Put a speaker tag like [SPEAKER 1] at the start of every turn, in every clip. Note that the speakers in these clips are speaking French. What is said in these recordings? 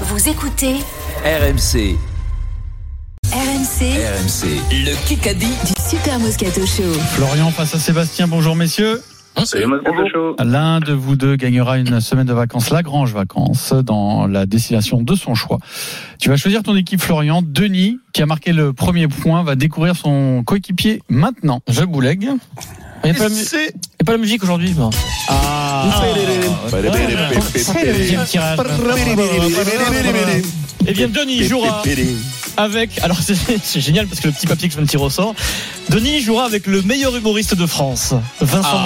[SPEAKER 1] Vous écoutez
[SPEAKER 2] RMC,
[SPEAKER 1] RMC
[SPEAKER 2] RMC, le Kikadi.
[SPEAKER 1] du Super Moscato Show.
[SPEAKER 3] Florian face à Sébastien, bonjour messieurs.
[SPEAKER 4] Salut Moscato Show.
[SPEAKER 3] L'un de vous deux gagnera une semaine de vacances, Lagrange Vacances, dans la destination de son choix. Tu vas choisir ton équipe Florian. Denis, qui a marqué le premier point, va découvrir son coéquipier maintenant.
[SPEAKER 5] Je boulegue. Il n'y a, pas la mu- y a pas la musique aujourd'hui. moi.
[SPEAKER 3] Ah,
[SPEAKER 5] Deuxième tirage. Eh bien, Denis jouera avec. Alors, c'est- c'est génial parce que le petit papier que je me tire au sort. Denis jouera avec le meilleur humoriste de France, Vincent
[SPEAKER 3] Ah,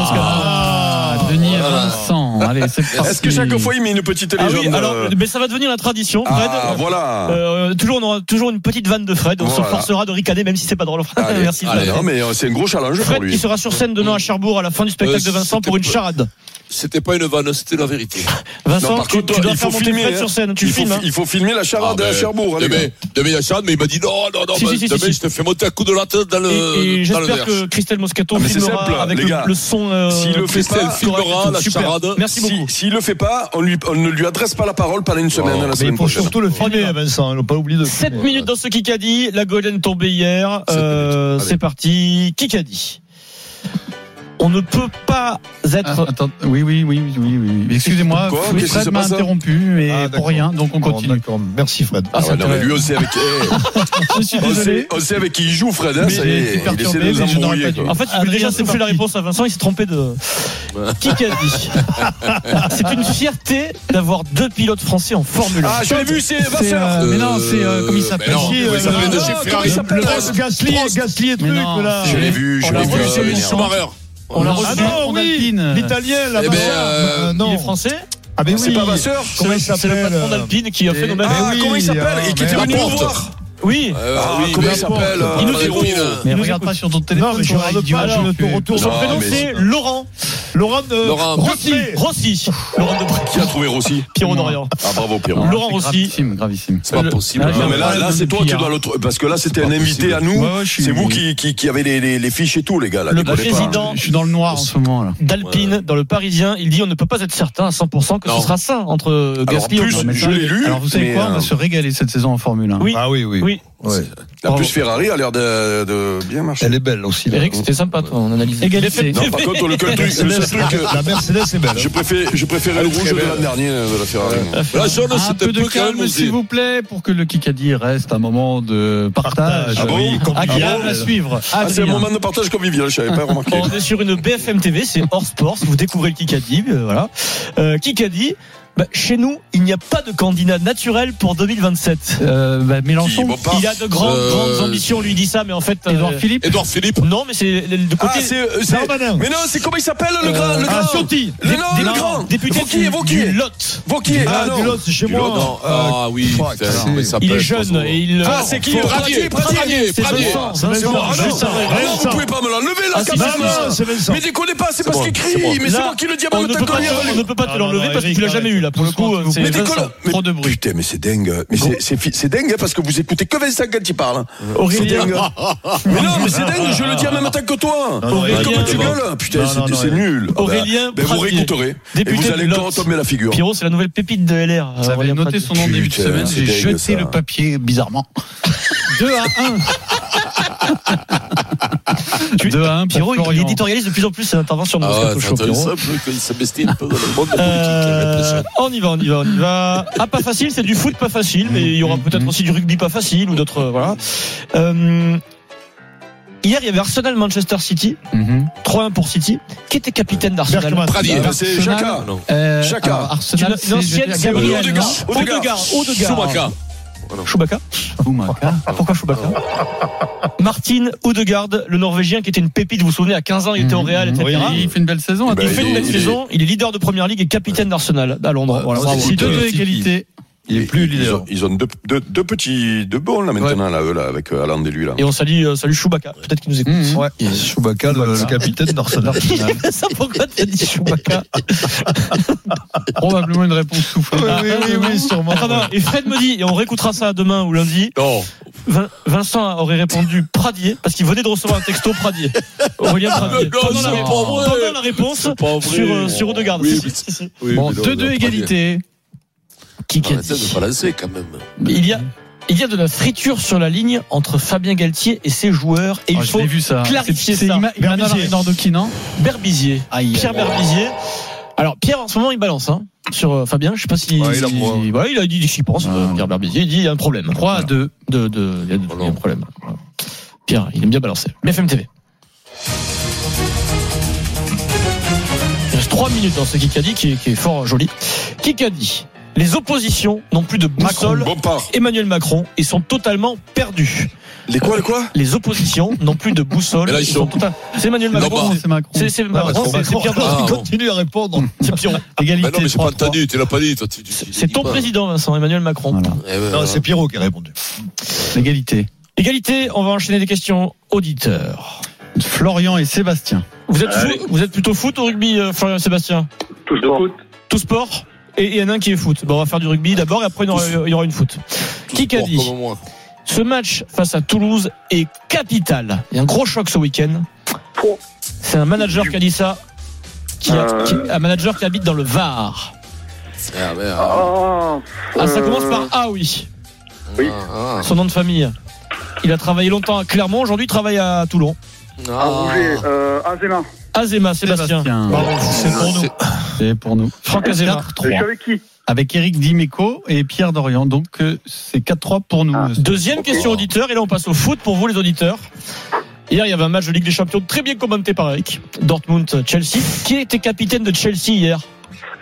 [SPEAKER 5] Moscato.
[SPEAKER 3] Denis et Vincent. Allez, c'est parti.
[SPEAKER 6] Est-ce que chaque fois il met une petite
[SPEAKER 5] Ah
[SPEAKER 6] légende
[SPEAKER 5] oui, alors,
[SPEAKER 6] euh,
[SPEAKER 5] mais ça va devenir la tradition, Fred.
[SPEAKER 6] Ah, voilà.
[SPEAKER 5] Euh, toujours, on aura toujours une petite vanne de Fred. On se
[SPEAKER 6] Voilà.
[SPEAKER 5] forcera de ricaner, même si c'est pas drôle.
[SPEAKER 6] Allez,
[SPEAKER 5] Merci.
[SPEAKER 6] allez,
[SPEAKER 5] Fred.
[SPEAKER 6] non, mais euh, c'est un gros challenge pour
[SPEAKER 5] Fred qui
[SPEAKER 6] lui.
[SPEAKER 5] sera sur scène demain à Cherbourg à la fin du spectacle
[SPEAKER 7] Euh,
[SPEAKER 5] de Vincent pour une
[SPEAKER 7] c'était-
[SPEAKER 5] charade.
[SPEAKER 7] C'était pas une vanne, c'était la vérité.
[SPEAKER 5] Vincent,
[SPEAKER 6] Non, par
[SPEAKER 5] tu,
[SPEAKER 6] contre,
[SPEAKER 5] tu dois
[SPEAKER 6] il
[SPEAKER 5] faire
[SPEAKER 6] faut
[SPEAKER 5] monter
[SPEAKER 6] filmer,
[SPEAKER 5] Fred
[SPEAKER 6] hein.
[SPEAKER 5] sur scène. Tu
[SPEAKER 6] Il faut,
[SPEAKER 5] filmes. hein.
[SPEAKER 6] il faut filmer la
[SPEAKER 7] Ah,
[SPEAKER 6] charade
[SPEAKER 7] ben,
[SPEAKER 6] à Cherbourg. les
[SPEAKER 7] Demain,
[SPEAKER 6] gars.
[SPEAKER 7] demain, il y a Chad, mais il m'a dit non, non, non,
[SPEAKER 5] Si,
[SPEAKER 7] ben,
[SPEAKER 5] si, si,
[SPEAKER 7] demain,
[SPEAKER 5] si.
[SPEAKER 7] je te fais monter un coup de la tête dans le,
[SPEAKER 5] Et, et
[SPEAKER 7] dans le
[SPEAKER 5] j'espère
[SPEAKER 7] verre.
[SPEAKER 5] que Christelle Moscato
[SPEAKER 6] Ah, mais c'est
[SPEAKER 5] filmera
[SPEAKER 6] simple,
[SPEAKER 5] avec
[SPEAKER 6] les
[SPEAKER 5] le,
[SPEAKER 6] gars.
[SPEAKER 5] le son. euh,
[SPEAKER 6] S'il le fait
[SPEAKER 7] Christelle
[SPEAKER 6] pas,
[SPEAKER 7] filmera la
[SPEAKER 5] Super.
[SPEAKER 7] charade.
[SPEAKER 5] Merci
[SPEAKER 6] Si-
[SPEAKER 5] beaucoup.
[SPEAKER 6] S'il le fait pas, on, lui, on ne lui adresse pas la parole pendant une semaine,
[SPEAKER 7] Oh,
[SPEAKER 6] la
[SPEAKER 7] mais
[SPEAKER 6] semaine prochaine.
[SPEAKER 3] le
[SPEAKER 5] filmer,
[SPEAKER 3] Vincent, on pas oublié de
[SPEAKER 5] 7 minutes dans ce Kikadi. La Golden tombée hier.
[SPEAKER 7] Sept
[SPEAKER 5] Euh,
[SPEAKER 7] minutes. Allez.
[SPEAKER 5] C'est parti. Kikadi. On ne peut pas être.
[SPEAKER 3] Ah, Attends, oui, oui, oui, oui, oui, oui. Excusez-moi,
[SPEAKER 6] Quoi
[SPEAKER 3] Fred
[SPEAKER 6] Qu'est-ce qui Ah, se
[SPEAKER 3] m'a
[SPEAKER 6] passe, là
[SPEAKER 3] interrompu et pour rien, donc on continue.
[SPEAKER 8] Merci Fred.
[SPEAKER 3] Ah,
[SPEAKER 6] Ah
[SPEAKER 3] c'est
[SPEAKER 6] ouais, non, mais lui, on sait avec, eh,
[SPEAKER 3] Je suis
[SPEAKER 6] on, sait,
[SPEAKER 3] désolé.
[SPEAKER 6] on sait avec qui il joue, Fred. hein,
[SPEAKER 3] Mais
[SPEAKER 6] ça
[SPEAKER 3] j'ai
[SPEAKER 6] y est,
[SPEAKER 3] été
[SPEAKER 6] il essaie
[SPEAKER 3] perturbé,
[SPEAKER 6] de
[SPEAKER 3] mais je
[SPEAKER 6] nous
[SPEAKER 3] n'aurais pas
[SPEAKER 6] embrouiller.
[SPEAKER 3] dû.
[SPEAKER 6] quoi.
[SPEAKER 5] En fait, il
[SPEAKER 3] ah, Adrien,
[SPEAKER 5] voulait déjà
[SPEAKER 3] c'est
[SPEAKER 5] souffler la
[SPEAKER 3] parti.
[SPEAKER 5] réponse à Vincent, il s'est trompé de. Kikadi. c'est une fierté d'avoir deux pilotes français en Formule 1.
[SPEAKER 6] Ah, je l'ai vu, c'est
[SPEAKER 3] C'est,
[SPEAKER 6] Vasseur.
[SPEAKER 3] euh, mais non,
[SPEAKER 7] Euh,
[SPEAKER 3] c'est euh, comment il s'appelle
[SPEAKER 7] mais non,
[SPEAKER 3] Chier,
[SPEAKER 7] comment il
[SPEAKER 3] euh,
[SPEAKER 7] s'appelle
[SPEAKER 3] le-
[SPEAKER 7] déjà
[SPEAKER 3] le-
[SPEAKER 7] Ferrari
[SPEAKER 6] comment il s'appelle
[SPEAKER 3] Gasly, Gasly et
[SPEAKER 8] Mais
[SPEAKER 3] truc
[SPEAKER 8] non.
[SPEAKER 3] là.
[SPEAKER 6] Je l'ai vu, je
[SPEAKER 3] On l'a
[SPEAKER 6] l'ai vu.
[SPEAKER 3] reçu,
[SPEAKER 6] ça
[SPEAKER 3] c'est
[SPEAKER 7] Euh,
[SPEAKER 3] mon
[SPEAKER 6] m'énerve.
[SPEAKER 7] Schumacher.
[SPEAKER 3] On l'a reçu
[SPEAKER 5] Ah non,
[SPEAKER 3] en
[SPEAKER 5] oui,
[SPEAKER 3] Alpine.
[SPEAKER 8] L'italien là.
[SPEAKER 7] Eh ben, euh,
[SPEAKER 8] non.
[SPEAKER 5] Il est français
[SPEAKER 8] Ah mais oui.
[SPEAKER 6] C'est pas Vasseur
[SPEAKER 8] Comment il
[SPEAKER 5] C'est le
[SPEAKER 8] s'appelle
[SPEAKER 3] euh,
[SPEAKER 5] patron d'Alpine qui a fait
[SPEAKER 3] Et-
[SPEAKER 5] nos mêmes.
[SPEAKER 6] Ah,
[SPEAKER 8] oui,
[SPEAKER 6] comment il
[SPEAKER 8] ah,
[SPEAKER 6] s'appelle Et qui était
[SPEAKER 8] merde.
[SPEAKER 6] venu nous
[SPEAKER 7] Laporte.
[SPEAKER 6] voir
[SPEAKER 5] Oui.
[SPEAKER 7] Euh,
[SPEAKER 6] Ah,
[SPEAKER 7] oui,
[SPEAKER 6] comment
[SPEAKER 7] mais-
[SPEAKER 6] il s'appelle
[SPEAKER 7] Il
[SPEAKER 6] euh,
[SPEAKER 7] nous écoute.
[SPEAKER 6] Héroïne.
[SPEAKER 3] Mais
[SPEAKER 5] nous
[SPEAKER 3] regarde
[SPEAKER 5] écoute.
[SPEAKER 3] pas sur ton téléphone.
[SPEAKER 8] Non, mais je
[SPEAKER 3] Laurent,
[SPEAKER 8] regarde
[SPEAKER 3] il dit,
[SPEAKER 8] pas,
[SPEAKER 3] ouais,
[SPEAKER 8] je
[SPEAKER 3] je
[SPEAKER 8] me
[SPEAKER 3] peux-
[SPEAKER 8] retourne.
[SPEAKER 5] Son
[SPEAKER 7] Non,
[SPEAKER 5] prénom
[SPEAKER 7] mais-
[SPEAKER 5] c'est Laurent.
[SPEAKER 8] Laurent de
[SPEAKER 7] Laurent,
[SPEAKER 5] Rossi. Rossi. Laurent de
[SPEAKER 6] Qui a trouvé Rossi
[SPEAKER 5] Pierrot d'Orient.
[SPEAKER 6] Ah, bravo, Pierrot.
[SPEAKER 3] Ah,
[SPEAKER 5] Laurent
[SPEAKER 3] c'est
[SPEAKER 5] Rossi.
[SPEAKER 3] Gravissime, gravissime.
[SPEAKER 7] c'est pas possible.
[SPEAKER 3] Ah,
[SPEAKER 6] Non, mais là,
[SPEAKER 3] Ouais,
[SPEAKER 6] là
[SPEAKER 3] même
[SPEAKER 6] c'est toi qui
[SPEAKER 3] pire.
[SPEAKER 6] dois l'autre. Parce que là, c'était un
[SPEAKER 7] pas
[SPEAKER 6] invité
[SPEAKER 7] possible.
[SPEAKER 6] à nous.
[SPEAKER 3] Ouais, ouais, je suis-
[SPEAKER 6] C'est vous qui, qui, qui avez les, les, les fiches et tout, les gars. Là,
[SPEAKER 5] Le
[SPEAKER 6] déconnez bah, pas.
[SPEAKER 5] président.
[SPEAKER 3] Je suis dans le noir en ce moment là.
[SPEAKER 5] D'Alpine, dans le Parisien, il dit on ne peut pas être certain à 100% que
[SPEAKER 7] Non.
[SPEAKER 5] ce sera sain entre
[SPEAKER 6] Alors, en
[SPEAKER 5] Gasly
[SPEAKER 6] plus,
[SPEAKER 5] et Ocon.
[SPEAKER 6] je l'ai lu.
[SPEAKER 3] Alors vous savez
[SPEAKER 6] mais,
[SPEAKER 3] quoi On
[SPEAKER 6] euh,
[SPEAKER 3] va se régaler cette saison en Formule 1.
[SPEAKER 5] Oui.
[SPEAKER 8] Ah oui oui.
[SPEAKER 5] Oui.
[SPEAKER 8] Ouais.
[SPEAKER 6] La
[SPEAKER 5] Bravo.
[SPEAKER 6] puce Ferrari a l'air de, de bien marcher.
[SPEAKER 8] Elle est belle aussi. là.
[SPEAKER 5] Eric, c'était sympa, toi, on analyse.
[SPEAKER 3] Égalité.
[SPEAKER 6] Non, par contre, le seul truc, le seul truc, euh,
[SPEAKER 8] La Mercedes est belle.
[SPEAKER 6] je préfère, je préférais le rouge de l'an dernier euh, de la Ferrari.
[SPEAKER 7] La jaune,
[SPEAKER 3] Un
[SPEAKER 7] c'était
[SPEAKER 3] peu de
[SPEAKER 7] peu quand
[SPEAKER 3] calme
[SPEAKER 7] même.
[SPEAKER 3] s'il
[SPEAKER 7] aussi.
[SPEAKER 3] vous plaît pour que le Kikadi reste un moment de partage.
[SPEAKER 6] Ah bon
[SPEAKER 3] Oui,
[SPEAKER 8] Ah
[SPEAKER 3] Agréable
[SPEAKER 5] bon
[SPEAKER 3] à suivre.
[SPEAKER 6] Ah, c'est un
[SPEAKER 3] Adrien.
[SPEAKER 6] moment de partage convivial, je savais pas remarqué.
[SPEAKER 5] On est sur une BFM TV, c'est hors sport, si vous découvrez le Kikadi, euh, voilà. Euh, Kikadi, bah, chez nous, il n'y a pas de candidat naturel pour 2027.
[SPEAKER 3] Euh, bah, Mélenchon.
[SPEAKER 6] Qui vont pas-
[SPEAKER 5] Il a de grandes,
[SPEAKER 7] Euh,
[SPEAKER 5] grandes ambitions, lui il dit ça, mais en fait. euh,
[SPEAKER 3] Edouard Philippe.
[SPEAKER 7] Edouard Philippe.
[SPEAKER 5] Non, mais c'est le- de
[SPEAKER 6] Ah,
[SPEAKER 5] côté. Euh,
[SPEAKER 6] c'est, euh, c'est-
[SPEAKER 8] Darmanin.
[SPEAKER 6] mais non, c'est comment il s'appelle, le grand, le
[SPEAKER 8] Ah,
[SPEAKER 6] grand?
[SPEAKER 8] Ciotti.
[SPEAKER 6] Le, non,
[SPEAKER 5] Dé-
[SPEAKER 6] le
[SPEAKER 5] non,
[SPEAKER 6] grand.
[SPEAKER 5] député
[SPEAKER 6] Vauquier,
[SPEAKER 5] du,
[SPEAKER 6] Vauquier.
[SPEAKER 5] du Lot.
[SPEAKER 6] Vauquier, ah,
[SPEAKER 8] Ah du
[SPEAKER 6] non.
[SPEAKER 8] Lot c'est chez
[SPEAKER 7] Du Lot,
[SPEAKER 8] moi.
[SPEAKER 7] non. Ah oui,
[SPEAKER 8] fuck,
[SPEAKER 7] putain,
[SPEAKER 8] c'est-
[SPEAKER 7] comment il s'appelle,
[SPEAKER 5] Il est
[SPEAKER 7] je pense,
[SPEAKER 5] jeune
[SPEAKER 7] bon.
[SPEAKER 5] et il.
[SPEAKER 6] Ah, c'est qui?
[SPEAKER 5] Faut-
[SPEAKER 7] Pradier, Pradier,
[SPEAKER 5] C'est
[SPEAKER 7] Pradier.
[SPEAKER 5] Vincent,
[SPEAKER 8] C'est
[SPEAKER 6] C'est moi.
[SPEAKER 5] Vincent,
[SPEAKER 6] Ah
[SPEAKER 5] je
[SPEAKER 6] non,
[SPEAKER 5] savais,
[SPEAKER 6] ah non, vous
[SPEAKER 5] Vincée.
[SPEAKER 6] pouvez pas me l'enlever,
[SPEAKER 5] Ah,
[SPEAKER 6] là,
[SPEAKER 5] si,
[SPEAKER 6] quand
[SPEAKER 5] si,
[SPEAKER 8] Non
[SPEAKER 5] si,
[SPEAKER 6] même.
[SPEAKER 5] si.
[SPEAKER 8] non c'est Vincent.
[SPEAKER 6] Mais déconnez pas, c'est parce
[SPEAKER 7] moi,
[SPEAKER 6] qu'il
[SPEAKER 7] c'est moi.
[SPEAKER 6] crie, mais c'est
[SPEAKER 5] Là,
[SPEAKER 6] moi qui le diamant
[SPEAKER 5] On
[SPEAKER 6] de
[SPEAKER 5] ne
[SPEAKER 6] ta
[SPEAKER 5] peut pas
[SPEAKER 6] collière.
[SPEAKER 5] te- on ne peut pas te
[SPEAKER 8] Ah,
[SPEAKER 5] l'enlever
[SPEAKER 8] non,
[SPEAKER 5] parce que
[SPEAKER 8] Eric,
[SPEAKER 5] tu l'as jamais eu là. Pour le coup, euh,
[SPEAKER 3] Doucement, s'il
[SPEAKER 5] c'est
[SPEAKER 3] vous
[SPEAKER 6] Mais
[SPEAKER 3] plaît.
[SPEAKER 5] Vincent.
[SPEAKER 6] déconne, mais
[SPEAKER 3] Trop de bruit.
[SPEAKER 6] Putain, mais c'est dingue. Mais c'est- c'est fi- c'est dingue hein, parce que vous écoutez que Vincent quand il parle. C'est
[SPEAKER 5] Aurélien.
[SPEAKER 6] dingue. mais non, mais c'est dingue, je le dis en même temps que toi.
[SPEAKER 8] non,
[SPEAKER 6] Mais comment tu
[SPEAKER 5] Aurélien.
[SPEAKER 6] gueules Putain,
[SPEAKER 8] Non,
[SPEAKER 6] c'est-
[SPEAKER 8] non, non,
[SPEAKER 6] c'est
[SPEAKER 8] non.
[SPEAKER 6] nul. Ah
[SPEAKER 5] Aurélien
[SPEAKER 6] ben, ben, vous
[SPEAKER 5] Pradier,
[SPEAKER 6] réécouterez. Et
[SPEAKER 5] député
[SPEAKER 6] vous
[SPEAKER 5] de
[SPEAKER 6] allez
[SPEAKER 5] Lot.
[SPEAKER 6] encore tomber la figure.
[SPEAKER 5] Pierrot, c'est la nouvelle pépite de LR.
[SPEAKER 3] J'avais
[SPEAKER 5] Aurélien
[SPEAKER 3] noté
[SPEAKER 5] Pradier.
[SPEAKER 3] son nom en début de
[SPEAKER 6] Putain,
[SPEAKER 3] semaine, j'ai
[SPEAKER 6] c'est dingue,
[SPEAKER 3] jeté
[SPEAKER 6] ça.
[SPEAKER 3] le papier bizarrement.
[SPEAKER 5] 2 à 1.
[SPEAKER 3] 2 à 1 pour
[SPEAKER 5] Pierrot, il- il
[SPEAKER 3] Florian.
[SPEAKER 5] éditorialise de plus en plus ses interventions dans
[SPEAKER 7] Ah ouais,
[SPEAKER 5] Moscato
[SPEAKER 7] c'est
[SPEAKER 5] Show, Pierrot.
[SPEAKER 7] intéressant plus qu'il s'investit un peu dans le monde politique. j'ai
[SPEAKER 5] Euh,
[SPEAKER 7] l'impression.
[SPEAKER 5] on y va, on y va, on y va. Ah, pas facile, c'est du foot pas facile, mais il y
[SPEAKER 8] Mm-hmm.
[SPEAKER 5] aura peut-être aussi du rugby pas facile ou d'autres. euh, Voilà. Euh, hier, il y avait Arsenal-Manchester City,
[SPEAKER 3] Mhm.
[SPEAKER 5] 3-1 pour City. Qui était capitaine d'Arsenal
[SPEAKER 8] Bergman.
[SPEAKER 7] Pradier.
[SPEAKER 6] Ah, c'est
[SPEAKER 3] Arsenal.
[SPEAKER 6] Chaka.
[SPEAKER 7] Non.
[SPEAKER 3] Euh,
[SPEAKER 6] Chaka.
[SPEAKER 3] alors,
[SPEAKER 5] Tu
[SPEAKER 3] Arsenal,
[SPEAKER 5] l'as-
[SPEAKER 3] c'est- Ah,
[SPEAKER 5] L'ancienne
[SPEAKER 3] je-
[SPEAKER 5] Gabriel.
[SPEAKER 6] Odegaard.
[SPEAKER 5] non Odegaard. Odegaard.
[SPEAKER 7] Schumacher.
[SPEAKER 5] Chewbacca.
[SPEAKER 3] Schumacher.
[SPEAKER 5] Ah, Pourquoi Chewbacca Martin Odegaard, le Norvégien qui était une pépite, vous vous souvenez, à 15 ans, il était
[SPEAKER 7] Mhm.
[SPEAKER 5] au Real, etc.
[SPEAKER 3] Mhm. Oui, il fait une belle saison.
[SPEAKER 6] Ben,
[SPEAKER 5] Il
[SPEAKER 3] attention.
[SPEAKER 5] fait une
[SPEAKER 6] il
[SPEAKER 5] belle
[SPEAKER 6] est-
[SPEAKER 5] saison, il est leader de première ligue et capitaine d'Arsenal à
[SPEAKER 7] Oh,
[SPEAKER 5] Londres. Voilà, bravo.
[SPEAKER 3] C'est deux de l'égalité.
[SPEAKER 8] Il est plus
[SPEAKER 6] Ils- Ils
[SPEAKER 8] leader.
[SPEAKER 6] ont, ils ont deux, deux- deux petits, deux bons là maintenant, là, eux, là, avec euh, Haaland et lui, là.
[SPEAKER 5] Et on salue, euh, salut Chewbacca, peut-être qu'il nous écoute.
[SPEAKER 3] Mhm.
[SPEAKER 8] Ouais. Chewbacca le le capitaine d'Arsenal.
[SPEAKER 5] Ça, pourquoi t'as dit Chewbacca
[SPEAKER 3] Probablement une réponse Ah, soufflée.
[SPEAKER 7] Ah,
[SPEAKER 8] Oui, oui, oui, sûrement.
[SPEAKER 5] Ah. Attends, non, et Fred me dit, et on réécoutera ça demain ou lundi,
[SPEAKER 7] Non.
[SPEAKER 5] Vin- Vincent aurait répondu Pradier, parce qu'il venait de recevoir un texto Pradier. Aurélien Pradier.
[SPEAKER 7] Mais Ah, non,
[SPEAKER 5] Pendant la,
[SPEAKER 7] c'est
[SPEAKER 5] ré-
[SPEAKER 7] pas vrai.
[SPEAKER 5] pendant la réponse
[SPEAKER 7] C'est pas vrai.
[SPEAKER 5] sur, euh, sur Odegaard.
[SPEAKER 7] Oui,
[SPEAKER 5] Si, si, si, si.
[SPEAKER 7] Oui,
[SPEAKER 3] Bon,
[SPEAKER 7] mais non,
[SPEAKER 3] 2-2
[SPEAKER 7] non, Pradier.
[SPEAKER 3] égalité.
[SPEAKER 5] Qui qu'a
[SPEAKER 7] Arrêtez de
[SPEAKER 5] dit
[SPEAKER 7] balancer quand même. Bah
[SPEAKER 5] Il y a il y a de la friture sur la ligne entre Fabien Galtier et ses joueurs et il
[SPEAKER 3] Ah, je
[SPEAKER 5] faut
[SPEAKER 3] l'ai vu ça.
[SPEAKER 5] clarifier
[SPEAKER 3] C'est
[SPEAKER 5] ça.
[SPEAKER 3] Ima- Emmanuel
[SPEAKER 5] Berbizier.
[SPEAKER 3] Arnaud-Doki, non
[SPEAKER 5] Berbizier.
[SPEAKER 3] Aïe,
[SPEAKER 5] Pierre Berbizier. Alors Pierre en ce moment il balance hein, sur euh, Fabien, je sais pas si
[SPEAKER 8] Ouais, il en voit.
[SPEAKER 5] il- voilà, il a dit ce qu'il pense
[SPEAKER 3] Ah.
[SPEAKER 5] euh, Pierre Berbizier, il dit il y a un problème.
[SPEAKER 3] 3 à 2.
[SPEAKER 5] de, de, il y a de- il y a un problème. Voilà. Pierre, il aime bien balancer. BFM TV. Il reste 3 minutes dans ce Kikadi qui est, qui est fort joli. Kikadi, les oppositions n'ont plus de boussole.
[SPEAKER 7] Bon part.
[SPEAKER 5] Emmanuel Macron, ils sont totalement perdus.
[SPEAKER 6] Les quoi, les quoi
[SPEAKER 5] Les oppositions n'ont plus de boussole.
[SPEAKER 7] Mais là, ils sont-
[SPEAKER 5] tota- C'est Emmanuel
[SPEAKER 7] Non,
[SPEAKER 5] Macron.
[SPEAKER 7] bah.
[SPEAKER 3] C'est Macron.
[SPEAKER 5] C'est c'est Macron,
[SPEAKER 8] parce qu'on
[SPEAKER 5] c'est- c'est Pierre
[SPEAKER 7] Macron.
[SPEAKER 5] Blanc.
[SPEAKER 7] Ah, bon.
[SPEAKER 8] Continue à répondre.
[SPEAKER 5] C'est Pierrot.
[SPEAKER 7] Mais
[SPEAKER 3] Égalité.
[SPEAKER 7] Ah non, mais j'ai pas
[SPEAKER 3] 3-3.
[SPEAKER 7] entendu, tu l'as pas dit, toi. tu- tu- tu
[SPEAKER 5] C'est
[SPEAKER 7] dis
[SPEAKER 5] ton
[SPEAKER 7] pas.
[SPEAKER 5] président, Vincent, Emmanuel Macron.
[SPEAKER 3] Voilà.
[SPEAKER 7] Eh ben,
[SPEAKER 8] Non,
[SPEAKER 7] voilà.
[SPEAKER 8] c'est Pierrot qui a répondu.
[SPEAKER 3] Égalité.
[SPEAKER 5] Égalité, on va enchaîner des questions auditeurs.
[SPEAKER 3] Florian et Sébastien.
[SPEAKER 5] Vous êtes, fou- vous êtes plutôt foot ou rugby, euh, Florian Sébastien
[SPEAKER 4] Tout sport.
[SPEAKER 5] Tout sport et il y en a un qui est foot. Bon, on va faire du rugby d'abord et après il y, aura, il y aura une foot.
[SPEAKER 7] Tout
[SPEAKER 5] Qui qu'a
[SPEAKER 7] sport
[SPEAKER 5] dit
[SPEAKER 7] comme moi.
[SPEAKER 5] Ce match face à Toulouse est capital. Il y a un gros choc ce week-end.
[SPEAKER 4] Oh.
[SPEAKER 5] C'est un manager qui a dit ça. Qui a-
[SPEAKER 4] Euh.
[SPEAKER 5] qui- un manager qui habite dans le Var.
[SPEAKER 7] Ah, merde.
[SPEAKER 4] Ah,
[SPEAKER 5] Ah, ça
[SPEAKER 4] euh,
[SPEAKER 5] commence par Ah oui,
[SPEAKER 4] oui.
[SPEAKER 7] Ah, ah.
[SPEAKER 5] son nom de famille. Il a travaillé longtemps à Clermont, aujourd'hui il travaille à Toulon.
[SPEAKER 4] À bouger. Euh, Azema.
[SPEAKER 5] Azema, Sébastien. Pardon, c'est pour nous.
[SPEAKER 3] C'est pour nous.
[SPEAKER 5] Franck Azema.
[SPEAKER 4] Je suis
[SPEAKER 3] 4-3.
[SPEAKER 4] avec qui
[SPEAKER 3] Avec Eric Dimeco et Pierre Dorian. Donc, euh, c'est 4-3 pour nous.
[SPEAKER 4] Ah.
[SPEAKER 3] euh,
[SPEAKER 5] Deuxième question auditeur, et là on passe au foot pour vous les auditeurs. Hier, il y avait un match de Ligue des Champions très bien commenté par Eric. Dortmund-Chelsea. Qui était capitaine de Chelsea hier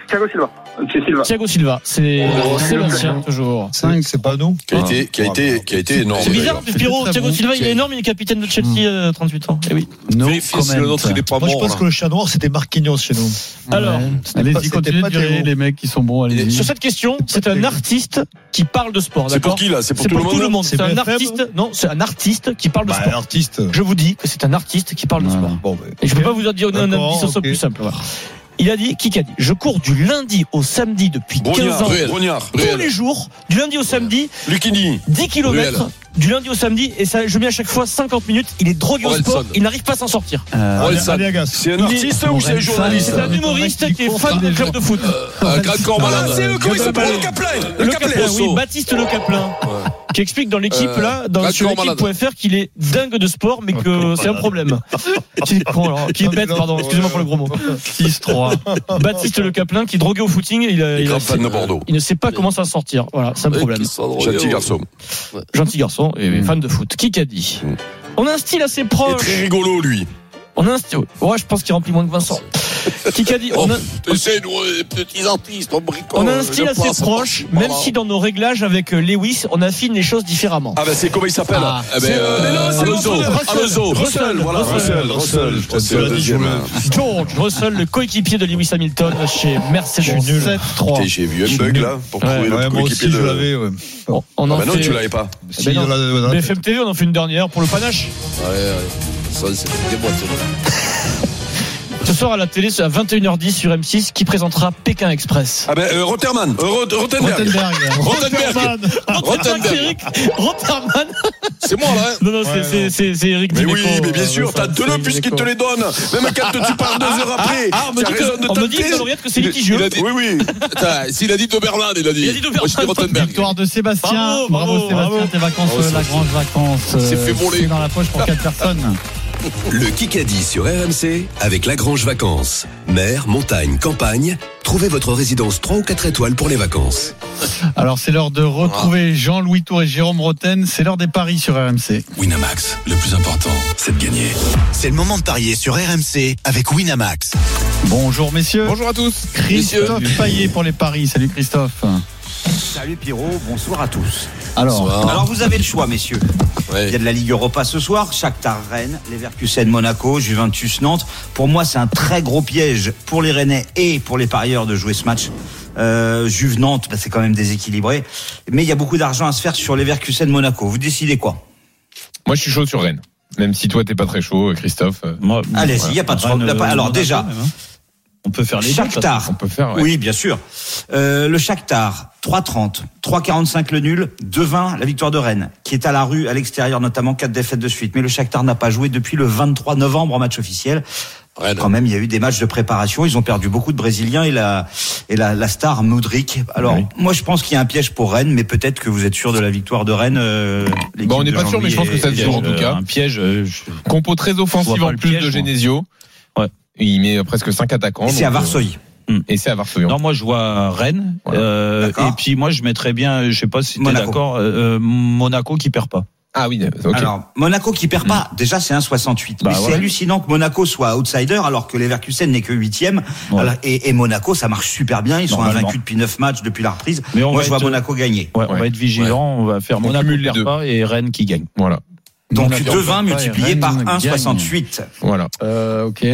[SPEAKER 4] Thiago Silva. C'est Silva.
[SPEAKER 5] Thiago Silva. C'est Sébastien, toujours.
[SPEAKER 8] C'est c'est pas nous.
[SPEAKER 7] Qui a été,
[SPEAKER 8] Ah,
[SPEAKER 7] qui a été, qui a été énorme.
[SPEAKER 6] Oh,
[SPEAKER 5] C'est bizarre,
[SPEAKER 7] d'ailleurs.
[SPEAKER 5] mais Pierrot,
[SPEAKER 3] très
[SPEAKER 5] Thiago
[SPEAKER 3] bon.
[SPEAKER 5] Silva, il est énorme, il est capitaine de Chelsea, euh, 38 ans. Eh oui.
[SPEAKER 3] no
[SPEAKER 7] Vérifiez si le
[SPEAKER 3] comment.
[SPEAKER 7] nôtre, il est pas
[SPEAKER 8] Moi, je
[SPEAKER 7] mort.
[SPEAKER 8] pense
[SPEAKER 6] hein.
[SPEAKER 7] là.
[SPEAKER 8] que le chat noir, c'était Marquinhos chez nous.
[SPEAKER 5] Bah, Alors,
[SPEAKER 3] Ouais.
[SPEAKER 8] c'était pas-
[SPEAKER 3] allez-y,
[SPEAKER 8] c'était
[SPEAKER 3] continuez de
[SPEAKER 8] pas
[SPEAKER 3] virer
[SPEAKER 8] Théo.
[SPEAKER 3] les mecs qui sont bons. Allez-y.
[SPEAKER 5] sur cette question, c'est un artiste qui parle de sport,
[SPEAKER 7] C'est pour
[SPEAKER 5] d'accord
[SPEAKER 7] qui, là C'est pour
[SPEAKER 5] C'est
[SPEAKER 7] tout le
[SPEAKER 5] pour tout le
[SPEAKER 7] monde
[SPEAKER 5] monde.
[SPEAKER 8] C'est
[SPEAKER 5] C'est un
[SPEAKER 8] BFM?
[SPEAKER 5] artiste, non, c'est un artiste qui parle de
[SPEAKER 8] Bah,
[SPEAKER 5] sport.
[SPEAKER 8] l'artiste.
[SPEAKER 5] Je vous dis que c'est un artiste qui parle de
[SPEAKER 3] Voilà.
[SPEAKER 5] sport.
[SPEAKER 8] Bon, mais-
[SPEAKER 5] Et je peux pas vous donner un
[SPEAKER 8] D'accord,
[SPEAKER 5] indice, ça sera
[SPEAKER 8] ok.
[SPEAKER 5] plus simple. voilà. Il a dit, qui a dit Je cours du lundi au samedi depuis 15 ans,
[SPEAKER 7] Bruel, Brognard,
[SPEAKER 5] tous
[SPEAKER 7] Bruel,
[SPEAKER 5] les jours, du lundi au samedi,
[SPEAKER 7] Lucchini,
[SPEAKER 5] 10 km, du lundi au samedi, et ça, je mets à chaque fois 50 minutes. Il est drogué au
[SPEAKER 7] Orelsan.
[SPEAKER 5] sport, il n'arrive pas à s'en sortir.
[SPEAKER 3] Euh,
[SPEAKER 7] Orelsan.
[SPEAKER 8] Allez, allez, Agas.
[SPEAKER 7] C'est un
[SPEAKER 5] Il est-
[SPEAKER 7] artiste ou c'est un journaliste
[SPEAKER 5] C'est un humoriste qui est fan de club de foot.
[SPEAKER 7] Un grand corps malade.
[SPEAKER 6] C'est le, comment il s'appelle
[SPEAKER 7] Gabin.
[SPEAKER 6] Le Caplain
[SPEAKER 5] Le
[SPEAKER 6] Le
[SPEAKER 5] Caplin,
[SPEAKER 6] Caplain
[SPEAKER 5] oui, Baptiste Le Caplin,
[SPEAKER 7] Ouais.
[SPEAKER 5] qui explique dans l'équipe,
[SPEAKER 7] Euh,
[SPEAKER 5] là, dans sur
[SPEAKER 7] d'accord, malade.
[SPEAKER 5] l'équipe.fr, qu'il est dingue de sport, mais que c'est un problème. Qui est con, alors, qui est bête, pardon, excusez-moi pour le gros mot.
[SPEAKER 3] 6-3.
[SPEAKER 5] Baptiste Le Caplin, qui est drogué au footing, il a-
[SPEAKER 7] Les
[SPEAKER 5] il a-
[SPEAKER 7] grands fans de Bordeaux.
[SPEAKER 5] il ne sait pas comment s'en sortir. Voilà, c'est un
[SPEAKER 7] Eh,
[SPEAKER 5] problème.
[SPEAKER 7] Gentil garçon.
[SPEAKER 5] gentil garçon et
[SPEAKER 3] Mm.
[SPEAKER 5] fan de foot. Qui qu'a dit
[SPEAKER 7] Mm.
[SPEAKER 5] On a un style assez
[SPEAKER 7] Il est
[SPEAKER 5] proche.
[SPEAKER 7] très rigolo, lui.
[SPEAKER 5] On a un style. Ouais, je pense qu'il remplit moins que Vincent. Qui qu'a dit on a,
[SPEAKER 7] Tu sais, nous, les petits artistes, on bricole.
[SPEAKER 5] on a un style
[SPEAKER 7] Oh, je
[SPEAKER 5] assez
[SPEAKER 7] pense, oh,
[SPEAKER 5] proche,
[SPEAKER 7] on-
[SPEAKER 5] même
[SPEAKER 7] voilà.
[SPEAKER 5] si dans nos réglages avec euh, Lewis, on affine les choses différemment.
[SPEAKER 6] Ah ben c'est comment il s'appelle
[SPEAKER 5] Ah,
[SPEAKER 7] Eh ben,
[SPEAKER 5] c'est, euh, mais non,
[SPEAKER 7] euh,
[SPEAKER 5] c'est
[SPEAKER 7] Alonso,
[SPEAKER 5] Russell,
[SPEAKER 7] Alonso,
[SPEAKER 5] Russell,
[SPEAKER 7] Russell, voilà,
[SPEAKER 5] Russell.
[SPEAKER 7] Russell, Russell, je crois que c'est le
[SPEAKER 8] Russell,
[SPEAKER 7] deuxième.
[SPEAKER 5] George Russell, le coéquipier de Lewis Hamilton chez Mercedes.
[SPEAKER 8] Je suis nul.
[SPEAKER 5] 7-3.
[SPEAKER 6] Putain, J'ai vu
[SPEAKER 8] Je
[SPEAKER 6] un
[SPEAKER 8] suis
[SPEAKER 6] bug
[SPEAKER 8] nul.
[SPEAKER 6] là pour
[SPEAKER 5] Ouais,
[SPEAKER 6] trouver
[SPEAKER 8] Ouais,
[SPEAKER 6] le
[SPEAKER 8] moi
[SPEAKER 6] coéquipier
[SPEAKER 8] aussi, je
[SPEAKER 6] de.
[SPEAKER 8] l'avais. ouais.
[SPEAKER 5] On, on en
[SPEAKER 6] Ah bah non,
[SPEAKER 5] fait-
[SPEAKER 6] tu l'avais pas.
[SPEAKER 8] Si,
[SPEAKER 5] ben Eh non.
[SPEAKER 8] dans la- dans la-
[SPEAKER 5] BFM TV, on en fait une dernière pour le panache.
[SPEAKER 7] Ouais, ouais. Ça, c'est des boîtes.
[SPEAKER 5] Ce soir à la télé, c'est à 21h10 sur M6 qui présentera Pékin Express.
[SPEAKER 6] Ah ben euh, Rotterman, euh, Rot- Rottenberg.
[SPEAKER 7] Rottenberg, Rottenberg.
[SPEAKER 5] Eric Rotterman.
[SPEAKER 7] C'est moi, là. hein.
[SPEAKER 5] Non, non,
[SPEAKER 8] Ouais,
[SPEAKER 5] c'est- c'est- c'est c'est Eric
[SPEAKER 6] Mais
[SPEAKER 5] Dimeco,
[SPEAKER 6] oui, mais bien
[SPEAKER 5] euh,
[SPEAKER 6] sûr,
[SPEAKER 5] Vincent,
[SPEAKER 6] t'as deux le
[SPEAKER 5] c'est
[SPEAKER 6] puisqu'il
[SPEAKER 5] Dimeco.
[SPEAKER 6] te les donne. Même quand tu pars deux heures après,
[SPEAKER 5] Ah, on me
[SPEAKER 6] t'as
[SPEAKER 5] dit
[SPEAKER 6] raison de
[SPEAKER 5] que, on me dit
[SPEAKER 6] tenter.
[SPEAKER 5] que Lauriette que c'est litigieux.
[SPEAKER 7] Il a dit-
[SPEAKER 6] Oui, oui.
[SPEAKER 7] Attends, S'il a dit de Berlin, il a dit.
[SPEAKER 5] Il a dit de
[SPEAKER 7] Moi, je dis
[SPEAKER 5] Berlin.
[SPEAKER 7] Rottenberg.
[SPEAKER 3] Victoire de Sébastien.
[SPEAKER 5] Bravo, bravo,
[SPEAKER 3] Bravo, Sébastien,
[SPEAKER 5] bravo.
[SPEAKER 3] tes vacances,
[SPEAKER 7] Bravo,
[SPEAKER 3] euh, la
[SPEAKER 7] Sébastien.
[SPEAKER 3] grande vacances. euh,
[SPEAKER 7] s'est fait voler.
[SPEAKER 3] C'est dans la poche pour 4 personnes.
[SPEAKER 9] Le Kikadi sur RMC avec Lagrange Vacances. Mer, montagne, campagne, trouvez votre résidence 3 ou 4 étoiles pour les vacances.
[SPEAKER 3] Alors, c'est l'heure de
[SPEAKER 7] Ah.
[SPEAKER 3] retrouver Jean-Louis Tour et Jérôme Roten. C'est l'heure des paris sur RMC.
[SPEAKER 9] Winamax, le plus important, c'est de gagner.
[SPEAKER 10] C'est le moment de parier sur RMC avec Winamax.
[SPEAKER 3] Bonjour, messieurs.
[SPEAKER 7] Bonjour à tous.
[SPEAKER 3] Christophe Payet pour les paris. Salut, Christophe.
[SPEAKER 11] Salut Pierrot, bonsoir à tous.
[SPEAKER 3] Alors,
[SPEAKER 11] Alors vous avez le choix messieurs.
[SPEAKER 7] Ouais.
[SPEAKER 11] Il y a de la Ligue Europa ce soir, Shakhtar Rennes, Leverkusen Monaco, Juventus Nantes. Pour moi c'est un très gros piège pour les Rennais et pour les parieurs de jouer ce match. Euh, Juve Nantes, bah, c'est quand même déséquilibré. Mais il y a beaucoup d'argent à se faire sur Leverkusen Monaco. Vous décidez quoi
[SPEAKER 12] Moi, je suis chaud sur Rennes. Même si toi, t'es pas très chaud, Christophe. euh,
[SPEAKER 11] Allez-y, il n'y a pas de problème. Alors déjà,
[SPEAKER 12] hein.
[SPEAKER 5] On peut faire les deux, de toute façon.
[SPEAKER 11] Shakhtar.
[SPEAKER 12] On peut faire. ouais.
[SPEAKER 11] Oui, bien sûr. Euh, le Shakhtar, 3,30, 3,45 le nul, 2,20 la victoire de Rennes, qui est à la rue, à l'extérieur notamment, quatre défaites de suite. Mais le Shakhtar n'a pas joué depuis le 23 novembre en match officiel. Quand même, il y a eu des matchs de préparation. Ils ont perdu beaucoup de Brésiliens et la, et la, la star Moudric. Alors,
[SPEAKER 12] Oui.
[SPEAKER 11] moi, je pense qu'il y a un piège pour Rennes, mais peut-être que vous êtes sûr de la victoire de Rennes. euh, l'équipe
[SPEAKER 12] Bon, on n'est
[SPEAKER 11] de
[SPEAKER 12] pas sûr, mais je pense que ça se
[SPEAKER 11] Jean-Louis
[SPEAKER 12] joue en
[SPEAKER 11] et-
[SPEAKER 12] tout cas.
[SPEAKER 5] euh,
[SPEAKER 11] et-
[SPEAKER 12] piège. Compo très
[SPEAKER 11] Je vois
[SPEAKER 12] offensive
[SPEAKER 11] pas
[SPEAKER 12] en
[SPEAKER 11] le
[SPEAKER 12] plus
[SPEAKER 11] piège,
[SPEAKER 12] de
[SPEAKER 11] moi.
[SPEAKER 12] Genesio.
[SPEAKER 5] Ouais.
[SPEAKER 12] Il met presque 5
[SPEAKER 7] Oh
[SPEAKER 12] attaquants.
[SPEAKER 5] Et c'est
[SPEAKER 12] donc,
[SPEAKER 5] à Varsovie.
[SPEAKER 12] euh, Et c'est à Varsovie.
[SPEAKER 5] Non, moi je vois Rennes. euh, et puis moi je mettrais bien, je sais pas si t'es
[SPEAKER 11] Monaco.
[SPEAKER 5] d'accord, euh, euh, Monaco qui perd pas.
[SPEAKER 12] Ah oui,
[SPEAKER 11] Alors, Monaco qui perd pas, déjà c'est 1,68.
[SPEAKER 5] Hmm. Bah,
[SPEAKER 11] Mais
[SPEAKER 5] ouais.
[SPEAKER 11] c'est hallucinant que Monaco soit outsider alors que Leverkusen n'est que 8ème. Et, et Monaco, ça marche super bien. Ils sont
[SPEAKER 5] Normalement.
[SPEAKER 11] invaincus depuis 9 matchs depuis la reprise.
[SPEAKER 5] Mais on
[SPEAKER 11] Moi,
[SPEAKER 5] va
[SPEAKER 11] je vois
[SPEAKER 5] être-
[SPEAKER 11] Monaco gagner.
[SPEAKER 5] Ouais, on va être vigilant, on va faire
[SPEAKER 12] Donc,
[SPEAKER 5] Monaco
[SPEAKER 12] cumule
[SPEAKER 5] qui
[SPEAKER 12] les
[SPEAKER 5] perd
[SPEAKER 12] deux.
[SPEAKER 5] pas et Rennes qui gagne.
[SPEAKER 12] Voilà.
[SPEAKER 11] Donc
[SPEAKER 5] euh, Monaco
[SPEAKER 11] 2,20
[SPEAKER 5] perd pas et
[SPEAKER 11] multiplié
[SPEAKER 5] Rennes
[SPEAKER 11] par
[SPEAKER 5] gagne.
[SPEAKER 11] 1,68.
[SPEAKER 12] Voilà.
[SPEAKER 3] euh, ok.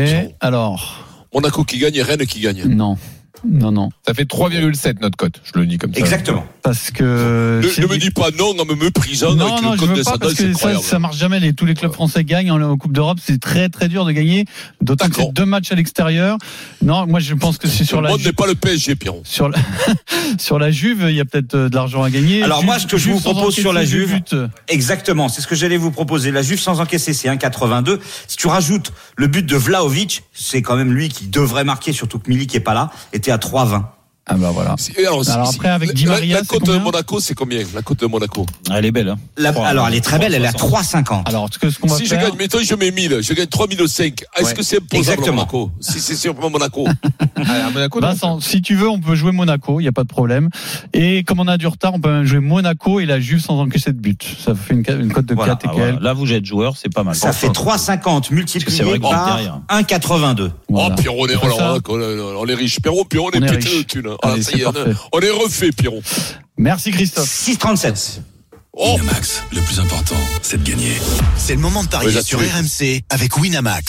[SPEAKER 3] Alors.
[SPEAKER 7] Monaco qui gagne et Rennes qui gagne.
[SPEAKER 3] Non. Non, non.
[SPEAKER 12] Ça fait 3,7 notre cote. Je le dis comme ça.
[SPEAKER 11] Exactement.
[SPEAKER 3] Parce que.
[SPEAKER 7] Ne,
[SPEAKER 3] c'est-
[SPEAKER 7] ne me dis pas non en me méprisant
[SPEAKER 3] non,
[SPEAKER 7] avec
[SPEAKER 3] non,
[SPEAKER 7] le
[SPEAKER 3] je
[SPEAKER 7] code
[SPEAKER 3] veux pas
[SPEAKER 7] descendant,
[SPEAKER 3] parce
[SPEAKER 7] c'est
[SPEAKER 3] que ça,
[SPEAKER 7] incroyable.
[SPEAKER 3] ça marche jamais. Les, tous les clubs français gagnent en, en Coupe d'Europe. C'est très, très dur de gagner. D'autant que c'est deux matchs à l'extérieur. Non, moi, je pense que c'est sur
[SPEAKER 7] le
[SPEAKER 3] la.
[SPEAKER 7] monde n'est pas le PSG, Pierrot.
[SPEAKER 3] Sur la, sur la Juve, il y a peut-être euh, de l'argent à gagner.
[SPEAKER 11] Alors
[SPEAKER 3] Juve-
[SPEAKER 11] moi, ce que je
[SPEAKER 3] Juve
[SPEAKER 11] vous
[SPEAKER 3] sans
[SPEAKER 11] propose sur la
[SPEAKER 3] encaisser de
[SPEAKER 11] Juve,
[SPEAKER 3] but.
[SPEAKER 11] exactement, c'est ce que j'allais vous proposer. La Juve sans encaisser, c'est 1,82. Si tu rajoutes le but de Vlaovic, c'est quand même lui qui devrait marquer, surtout que Milik est pas là, était à 3,20.
[SPEAKER 3] Ah bah voilà.
[SPEAKER 7] Si- et alors, si-
[SPEAKER 3] Alors
[SPEAKER 7] si-
[SPEAKER 3] après, avec
[SPEAKER 7] la-
[SPEAKER 3] Di Maria,
[SPEAKER 7] la,
[SPEAKER 3] c'est
[SPEAKER 7] cote de
[SPEAKER 3] combien
[SPEAKER 7] Monaco, c'est combien La cote de Monaco.
[SPEAKER 5] Elle est belle. Hein.
[SPEAKER 11] La-
[SPEAKER 5] Trois,
[SPEAKER 11] alors elle est très belle, elle est à 3,50.
[SPEAKER 3] Alors, ce que- ce qu'on va
[SPEAKER 7] si je
[SPEAKER 3] faire.
[SPEAKER 7] gagne, mettons, je mets 1000, je gagne 3005. Est-ce
[SPEAKER 11] Ouais.
[SPEAKER 7] que c'est imposable
[SPEAKER 11] Exactement.
[SPEAKER 7] à Monaco Si c'est sûrement Monaco.
[SPEAKER 12] Ah, à Monaco, non.
[SPEAKER 3] Vincent, si tu veux, on peut jouer Monaco, il n'y a pas de problème. Et comme on a du retard, on peut même jouer Monaco et la Juve sans encaisser de but. Ça fait une, une cote de
[SPEAKER 11] Voilà,
[SPEAKER 3] 4 et
[SPEAKER 5] Ah, voilà.
[SPEAKER 3] quelques.
[SPEAKER 5] Là vous êtes joueur, c'est pas mal.
[SPEAKER 11] Ça fait 3,50
[SPEAKER 5] Parce que c'est
[SPEAKER 11] multiplié
[SPEAKER 5] vrai qu'on est
[SPEAKER 11] par
[SPEAKER 5] derrière.
[SPEAKER 11] 1,82.
[SPEAKER 3] Voilà.
[SPEAKER 7] Oh, Pierrot, on est,
[SPEAKER 3] Comme
[SPEAKER 7] alors,
[SPEAKER 3] ça.
[SPEAKER 7] là, qu'on- on est riche. Pierrot, Pierrot, on
[SPEAKER 3] On
[SPEAKER 7] est,
[SPEAKER 3] est
[SPEAKER 7] pété de
[SPEAKER 3] riche.
[SPEAKER 7] thunes. Ah,
[SPEAKER 3] Allez,
[SPEAKER 7] ça
[SPEAKER 3] c'est
[SPEAKER 7] y est, on est-
[SPEAKER 3] parfait.
[SPEAKER 7] on est refait, Pierrot.
[SPEAKER 3] Merci Christophe.
[SPEAKER 11] 6,37.
[SPEAKER 7] Oh,
[SPEAKER 10] Winamax, le plus important, c'est de gagner. C'est le moment de parier
[SPEAKER 7] Oui, là,
[SPEAKER 10] sur
[SPEAKER 7] oui.
[SPEAKER 10] RMC avec Winamax.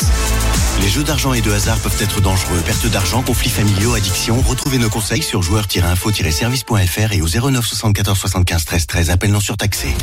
[SPEAKER 10] Les jeux d'argent et de hasard peuvent être dangereux. Perte d'argent, conflits familiaux, addiction. Retrouvez nos conseils sur joueurs-info-service.fr et au 09 74 75 13 13. Appel non surtaxé.